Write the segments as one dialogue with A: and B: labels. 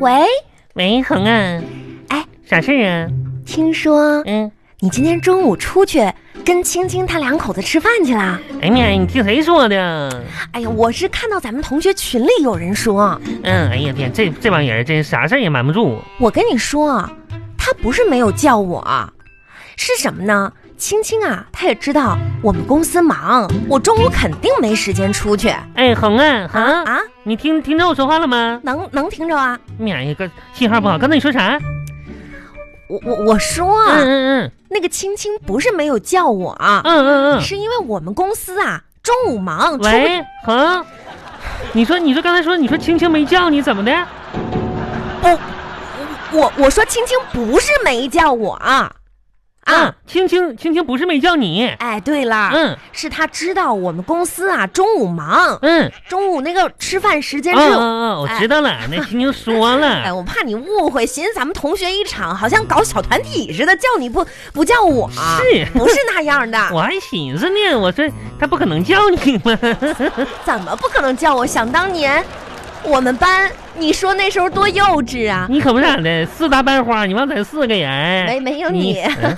A: 喂，
B: 喂，恒啊，
A: 哎，
B: 啥事儿啊？
A: 听说
B: 嗯，
A: 你今天中午出去跟青青他两口子吃饭去了？
B: 哎呀，你听谁说的？
A: 哎呀，我是看到咱们同学群里有人说，
B: 嗯，哎呀天，这这帮人真啥事儿也瞒不住。
A: 我跟你说，他不是没有叫我，是什么呢？青青啊，他也知道我们公司忙，我中午肯定没时间出去啊
B: 哎，恒啊，恒，
A: 啊，
B: 你听听着我说话了吗？
A: 能能听着啊？
B: 哎呀，个信号不
A: 嗯
B: 好。刚才你说啥？
A: 我我我说啊
B: 嗯嗯嗯
A: 那个青青不是没有叫我啊，
B: 嗯嗯嗯。
A: 是因为我们公司啊中午忙，出不
B: 喂，恒，你说你说刚才说你说青青没叫你怎么的？
A: 啊我我说青青不是没叫我啊，啊，
B: 嗯，青青青青不是没叫你。
A: 哎，对了，
B: 嗯
A: 是他知道我们公司啊中午忙，
B: 嗯。
A: 中午那个吃饭时间
B: 嗯
A: 是，
B: 嗯嗯，我
A: 哎
B: 知道 了，那青青说
A: 哎，
B: 了。
A: 我怕你误会，寻思咱们同学一场，好像搞小团体似的，叫你不不叫我，啊
B: 是
A: 不是那样的，
B: 我还寻思呢，我说他不可能叫你吗？
A: 怎么不可能叫我？想当年，我们班你说那时候多幼稚啊！
B: 你可不咋的，四大班花，你忘咱四个人，
A: 没没有
B: 你嗯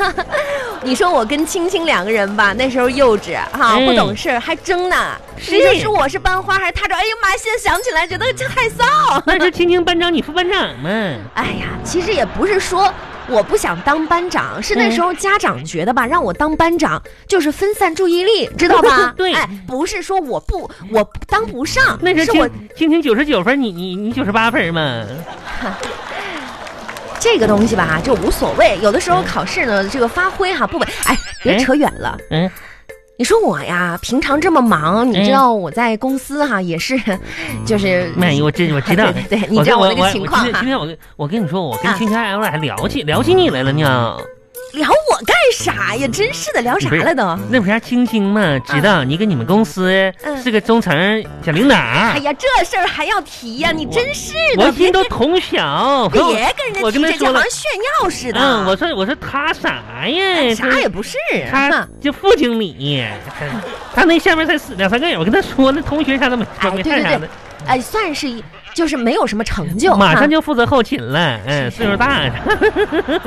A: 你，你说我跟青青两个人吧，那时候幼稚哈、
B: 嗯
A: 不懂事儿，还争呢。
B: 是
A: 你说嗯是我是班花还是他这？哎呀妈！现在想起来觉得这害臊。
B: 那是青青班长，你副班长 嘛。？
A: 哎呀，其实也不是说我不想当班长，是那时候家长觉得吧，让我当班长就是分散注意力，知道 吧
B: 对
A: 哎，不是说我不我不当不上，
B: 那是
A: 是我
B: 青青青九十九分，你你你九十八分嘛。
A: 这个东西吧就无所谓。有的时候考试呢，这个发挥哈不稳。嗯哎，别
B: 哎
A: 扯远了。
B: 嗯，
A: 你说我呀，平常这么忙，
B: 哎
A: 你知道我在公司哈、也是，
B: 嗯
A: 就是，
B: 妈呀，我知我知道
A: 对对对，你知
B: 跟
A: 道
B: 我
A: 我那个情况
B: 我今天
A: 哈、
B: 今天我跟我跟你说，我跟
A: 啊
B: 青青还我俩还聊起聊起你来了呢。
A: 聊我干啥呀？真是的，聊啥了都？
B: 那不是青青嘛，知道你跟你们公司
A: 嗯
B: 是个中层小领导，
A: 哎呀，这事儿还要提呀、你真是
B: 我
A: 的，
B: 心
A: 别
B: 都同小。
A: 别
B: 和我
A: 跟人家
B: 我
A: 提
B: 跟
A: 这
B: 他
A: 就
B: 说
A: 好
B: 了
A: 像，炫耀似的。
B: 嗯，我说我说他啥呀？
A: 哎啥也不是，
B: 他
A: 哼
B: 就副经理，他那下面才死两三个人，我跟他说那同学啥都没
A: 哎
B: 说，没
A: 对
B: 干
A: 对
B: 啥的，
A: 哎，算是一就是没有什么成就，
B: 马上
A: 哈
B: 就负责后勤了，嗯，岁数大了。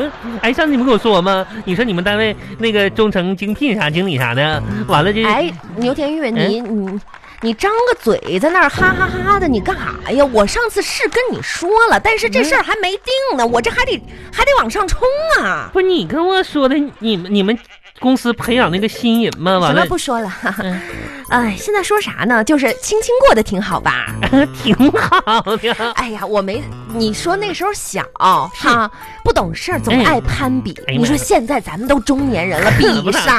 B: 哎，上次你不跟我说吗？你说你们单位那个中层精聘啥经理啥的，完了就
A: 哎，牛田玉，你你你张个嘴在那儿哈哈哈哈的，你干啥呀？我上次是跟你说了，但
B: 嗯
A: 是这事儿还没定呢，我这还得还得往上冲啊！
B: 不是你跟我说的，你们你们公司培养那个新人吗？
A: 什
B: 完
A: 么
B: 了
A: 不说了，哈哈
B: 嗯
A: 哎，现在说啥呢？就是青青过得挺好吧？
B: 挺好的。
A: 哎呀，我没你说那时候小哈，不懂事儿，总
B: 哎
A: 爱攀比。
B: 哎呀
A: 你说
B: 妈呀
A: 现在咱们都中年 人了，比
B: 不是
A: 啥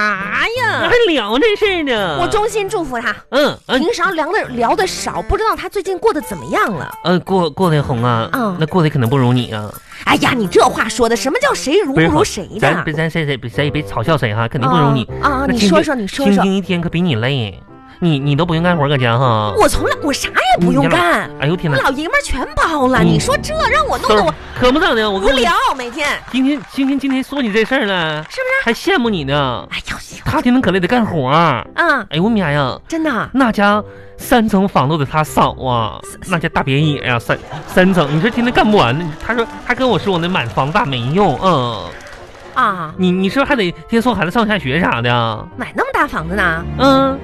A: 呀
B: 还？聊这事儿呢？
A: 我衷心祝福他，
B: 嗯嗯
A: 平常聊的聊的少，不知道他最近过得怎么样了。
B: 嗯，过过得红啊
A: 嗯，
B: 那过得可能不如你啊。
A: 哎呀，你这话说的，什么叫谁如不
B: 不是
A: 如
B: 好
A: 谁的？
B: 咱别咱谁谁别谁也别嘲笑谁哈，肯定不如你。
A: 啊啊！
B: 那
A: 你
B: 青
A: 说
B: 青
A: 说，你说
B: 青
A: 说，
B: 青一天可比你累，你你都不用干活搁家哈。
A: 我从来我啥也不用干，
B: 哎呦天
A: 我
B: 哪，
A: 老爷们儿全包了。
B: 嗯
A: 你说这让我弄得我
B: 可不咋的，我
A: 无
B: 跟你
A: 聊，每天
B: 今天今天今天说你这事儿了，
A: 是不
B: 还羡慕你呢。
A: 是？哎呦，
B: 他天天可累得干活儿，
A: 啊，
B: 哎呦我妈呀，
A: 真的，
B: 那家三层房都得他扫啊，那家大别野呀、三三层，你说天天干不完呢。他说他跟我说呢，满房大没用，嗯，
A: 啊，
B: 你你是不是还得先送孩子上下学啥的？啊
A: 买那么大房子呢？
B: 嗯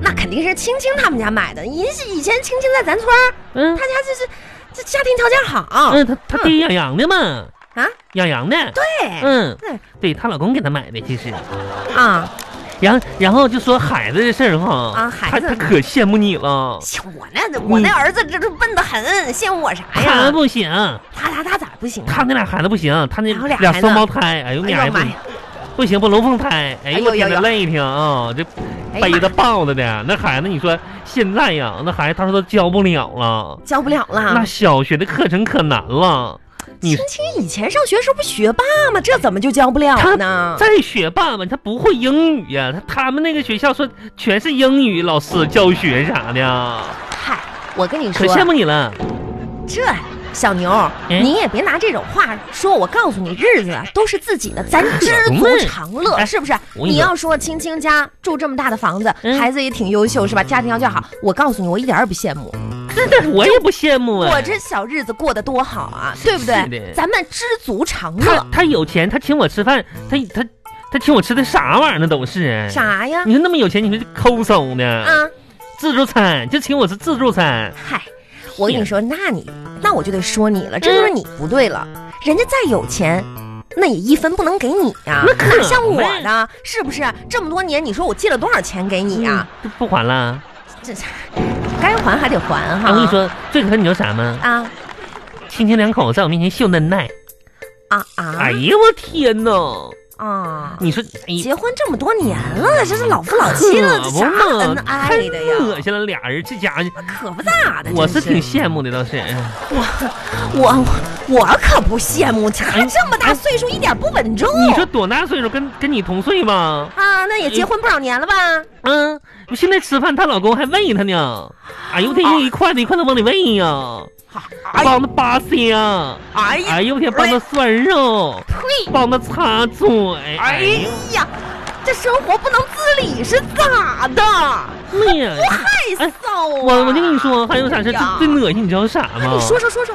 A: 那肯定是青青他们家买的。人家以前青青在咱村儿，
B: 嗯
A: 他家就是这家庭条件好，
B: 嗯，他他爹养羊的嘛，
A: 啊，
B: 养羊的，
A: 对，
B: 嗯
A: 对，
B: 对，她老公给她买的，其实，
A: 啊，
B: 然后然后就说孩子的事儿哈，
A: 啊孩子
B: 她她可羡慕你了，
A: 我那我那儿子这都笨得很，羡慕我啥
B: 他
A: 哎呀？
B: 嗯不行，
A: 他他他咋不行啊？
B: 他那俩孩子不行，他那
A: 哪有俩
B: 俩
A: 孩子
B: 双胞胎，哎呦
A: 哎呦
B: 妈
A: 妈
B: 呀
A: 呀，
B: 不不行，不龙凤胎，
A: 哎
B: 哎呦
A: 呦
B: 我天
A: 呦
B: 哪，
A: 呦
B: 累挺啊，这
A: 哎呀
B: 背
A: 妈
B: 的抱着的，那孩子你说现在呀，那孩子他说都教不了了，
A: 教不了了。
B: 那小学的课程可难了，你
A: 青青以前上学时候不学霸吗？这怎么就教不了呢？
B: 再学霸们，他不会英语呀、他他们那个学校说全是英语老师教学啥的，
A: 嗨，我跟你
B: 可
A: 说，
B: 羡慕你了。
A: 这小牛，
B: 嗯
A: 你也别拿这种话说。我告诉你，日子啊都是自己的，咱知足常乐，
B: 哎
A: 是不是？
B: 我跟你
A: 你
B: 说
A: 要说青青家住这么大的房子，
B: 嗯
A: 孩子也挺优秀，是吧？家庭条件好，我告诉你，我一点儿也不羡慕。
B: 是的，我也不羡慕啊。
A: 我这小日子过得多好啊，对不
B: 是的
A: 对？咱们知足常
B: 他
A: 乐，
B: 他有钱，他请我吃饭，他他他请我吃的啥玩意儿呢？都是。
A: 啥呀？
B: 你说那么有钱，你说这抠搜呢？
A: 啊，
B: 自助餐就请我吃自助餐，
A: 嗨，我跟你说，那你那我就得说你了，这就是
B: 嗯
A: 你不对了。人家再有钱，那也一分不能给你呀、
B: 那可
A: 哪像我
B: 呗
A: 呢？是不是？这么多年，你说我借了多少钱给你呀、啊
B: 嗯不还了。
A: 这该还还得还哈。
B: 嗯我跟你说，最可恨你知道啥吗？
A: 啊
B: 亲亲两口子在我面前秀嫩耐，
A: 啊啊！
B: 哎呀，我天呐！
A: 啊！
B: 你说，哎呀，
A: 结婚这么多年了，这是老夫老妻了，这
B: 可
A: 啥
B: 不
A: 恩
B: 嘛
A: 爱
B: 太
A: 的呀？
B: 恶心了，俩人这家伙，
A: 可不咋的，
B: 我
A: 真
B: 是
A: 是
B: 挺羡慕的，倒是。
A: 我我我可不羡慕，他
B: 哎
A: 这么大
B: 哎
A: 岁数一点不稳重。
B: 你说多大岁数跟跟你同岁吗？
A: 啊，那也结婚不少年了吧？
B: 嗯，我现在吃饭，她老公还喂她呢。哎呦我
A: 啊
B: 天，一筷子一筷子往里喂呀，帮她扒虾，
A: 哎呀，
B: 哎呦我天，帮她涮肉，
A: 呸！
B: 帮她擦嘴，
A: 哎
B: 哎呀
A: 呀，这生活不能自理是咋的？啊
B: 妈呀！
A: 太
B: 哎
A: 骚了！
B: 我我就跟你，说，还有啥事最
A: 呀
B: 最恶心，你知道啥吗
A: 你？哎说说说说，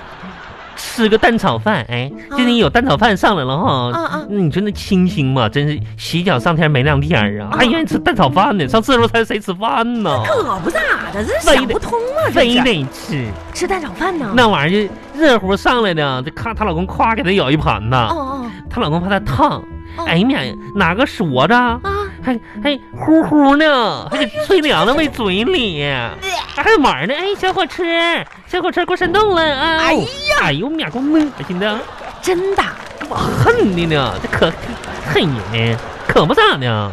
B: 吃个蛋炒饭，哎，
A: 嗯
B: 今天有蛋炒饭上来了哈。嗯
A: 啊啊
B: 那你说那清新嘛，真是洗脚上天没亮天儿啊，
A: 啊
B: 还愿意吃蛋炒饭呢？上自助餐谁吃饭呢？
A: 嗯哎可不咋的，这
B: 非
A: 想
B: 得
A: 不通啊，这嗯
B: 非
A: 是
B: 得吃
A: 吃蛋炒饭呢？
B: 那玩意儿，热乎上来的，这咔，她老公夸给她舀一盘
A: 哦
B: 呢。
A: 哦
B: 她老公怕她烫，
A: 哦
B: 哎呀妈呀，拿个勺子，
A: 啊！
B: 还还呼呼呢，还给吹凉了喂嘴里。还玩呢，哎，小火车，小火车过山洞了啊！
A: 哎呀，
B: 哎呦妈，给我恶心的！
A: 真的，
B: 我恨的呢，这可恨人呢，可不咋的。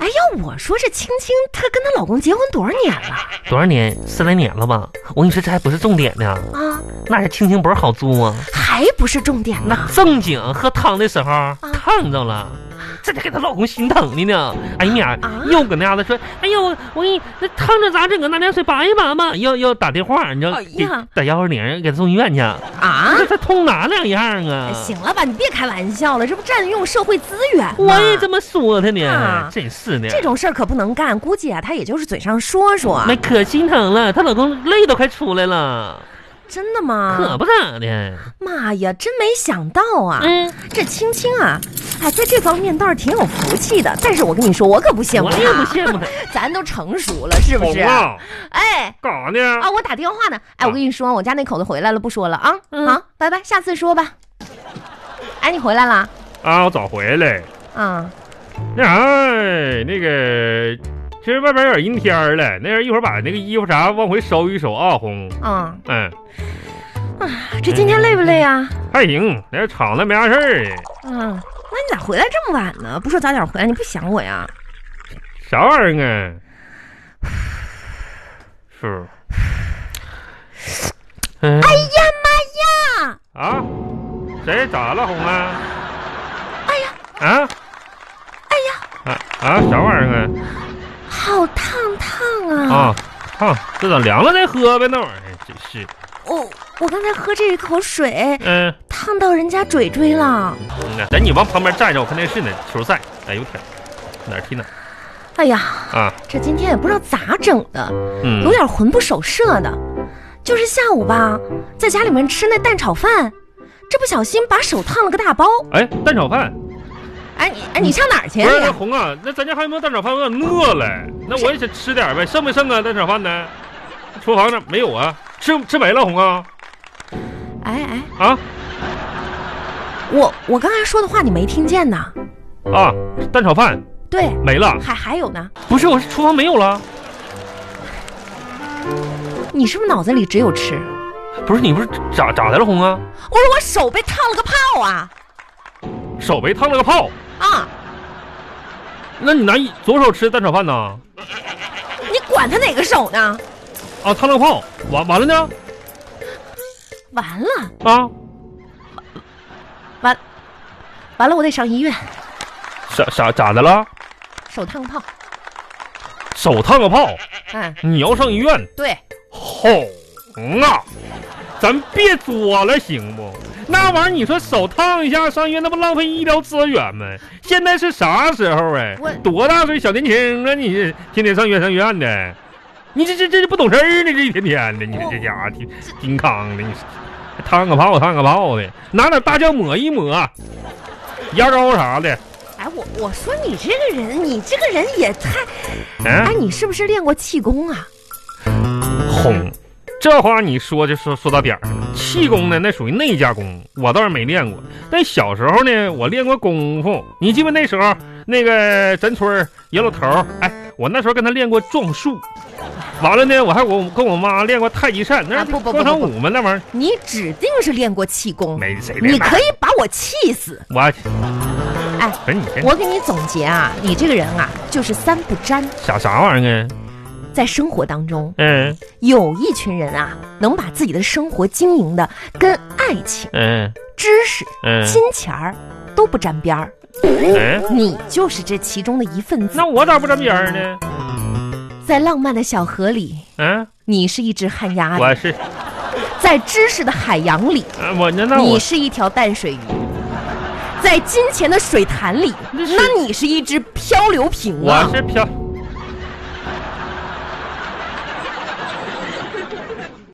A: 哎，要我说这青青，她跟她老公结婚多少年了
B: 多少年，十来年了吧？我跟你说，这还不是重点呢。
A: 啊？
B: 那家青青不是好租啊？
A: 还不是重点
B: 那
A: 呢？
B: 正经喝汤的时候
A: 啊
B: 烫着了，这得给她老公心疼的呢。哎呀妈呀
A: 啊，
B: 又搁那丫头说，哎呦，我我给你那烫着咋整啊？拿凉水拔一拔嘛。要要打电话，你知道
A: 哎呀，
B: 打幺二零给她送医院去。
A: 啊？哎
B: 这她通哪两样啊？
A: 行了吧，你别开玩笑了，这不占用社会资源吗？
B: 我也这么说她呢
A: 啊，
B: 真是的。
A: 这啊种事儿可不能干，估计啊，她也就是嘴上说说。
B: 那可心疼了，她老公泪都快出来了，
A: 真的吗？
B: 可不咋的。
A: 妈呀，真没想到啊！
B: 嗯，
A: 这青青啊，哎，在这方面倒是挺有福气的。但是我跟你说，我可不羡慕
B: 我
A: 她
B: 也不羡慕她。
A: 咱都成熟了，是不是？
C: 啊
A: 哎。
B: 干啥呢？
A: 啊，我打电话呢。哎，我跟你说，我家那口子回来了，不说了啊。
B: 嗯
A: 好，拜拜，下次说吧。哎，你回来了
C: 啊，我早回来。
A: 啊？
C: 那啥，哎那个，其实外边有点阴天儿了，那人一会儿把那个衣服啥往回收一收啊，红。
A: 啊，
C: 嗯，
A: 这今天累不累啊？
C: 还行，那厂子没啥事儿。
A: 嗯，那你咋回来这么晚呢？不说早点回来，你不想我呀？
C: 啥玩意儿啊？ 是。
B: 哎
C: 啊？谁咋了，红啊？哎呀！啊？哎呀！啊啊，啥玩意儿
A: 好烫烫啊！
C: 啊？啊，烫，这咋凉了再喝呗？那玩意儿哎真是，
A: 我我刚才喝这一口水，
C: 嗯、
A: 烫到人家嘴嘴了。
C: 嗯呐，等你往旁边站着，我看电视呢，球赛。哎呦我天，哪儿踢哪儿
A: 哎呀，
C: 啊？
A: 这今天也不知道咋整的，
C: 嗯
A: 有，点魂不守舍的。就是下午吧，在家里面吃那蛋炒饭，这不小心把手烫了个大包。
C: 哎，蛋炒饭，
A: 哎你哎你上哪儿去
C: 不是那
A: 呀？
C: 红啊，那咱家还有没有蛋炒饭？我有点饿了，那我也想吃点呗，剩没剩啊？蛋炒饭呢？厨房这没有啊？吃吃没了，红啊
A: 哎哎，
C: 啊
A: 我我刚才说的话你没听见呢？
C: 啊！蛋炒饭
A: 对，
C: 没了，
A: 还还有呢，
C: 不是，我是厨房没有了，
A: 你是不是脑子里只有吃？
C: 不是你不是咋咋的了，红啊？
A: 我说我手被烫了个泡啊
C: 手被烫了个泡，
A: 啊！
C: 那你拿一左手吃蛋炒饭呢？
A: 你管他哪个手呢？
C: 啊，烫了个泡，完完了呢？
A: 完了
C: 啊，
A: 完，完了我得上医院，
C: 啥啥咋的了？
A: 手烫泡。
C: 手烫个泡，
A: 哎，
C: 你要上医院？
A: 对，
C: 红啊，咱别作了，行不？那玩意儿，你说手烫一下上医院，那不浪费医疗资源吗？现在是啥时候啊
A: 我？
C: 多大岁小年轻啊你？天天上医院上医院的，你这这这不懂事儿呢，这一天天的，你这这家伙挺挺康的，你还烫个泡烫个泡的，拿点大酱抹一抹，牙膏啥的，
A: 哎，我我说你这个人，你这个人也太……
C: 嗯
A: 哎，，你是不是练过气功啊？
C: 哄。这话你说就说说到点儿上了。气功呢，那属于内家功，我倒是没练过。但小时候呢，我练过功夫。你记不？那时候那个咱村儿有老头儿，哎，我那时候跟他练过撞树。完了呢，我还我跟我妈练过太极扇，那
A: 啊不不不
C: 广场
A: 不
C: 舞嘛，那玩意
A: 你指定是练过气
C: 儿
A: 功，
C: 没谁练
A: 你
C: 过。
A: 可以把我气死。
C: 我
A: 哎，
C: 不是你这
A: 我给你总结啊，你这个人啊，就是三不沾。
C: 啥啥玩意儿啊？
A: 在生活当中，
C: 嗯
A: 有一群人啊，能把自己的生活经营的跟爱情、
C: 嗯
A: 知识、
C: 嗯
A: 金钱儿都不沾边儿。
C: 嗯，
A: 你就是这其中的一份子
C: 那。我咋不沾边儿呢？
A: 在浪漫的小河里，
C: 嗯，
A: 你是一只旱鸭子；
C: 我是
A: 在知识的海洋里，
C: 啊我那那
A: 你
C: 我
A: 是一条淡水鱼；在金钱的水潭里，那你是一只漂流瓶
C: 我
A: 啊！
C: 是漂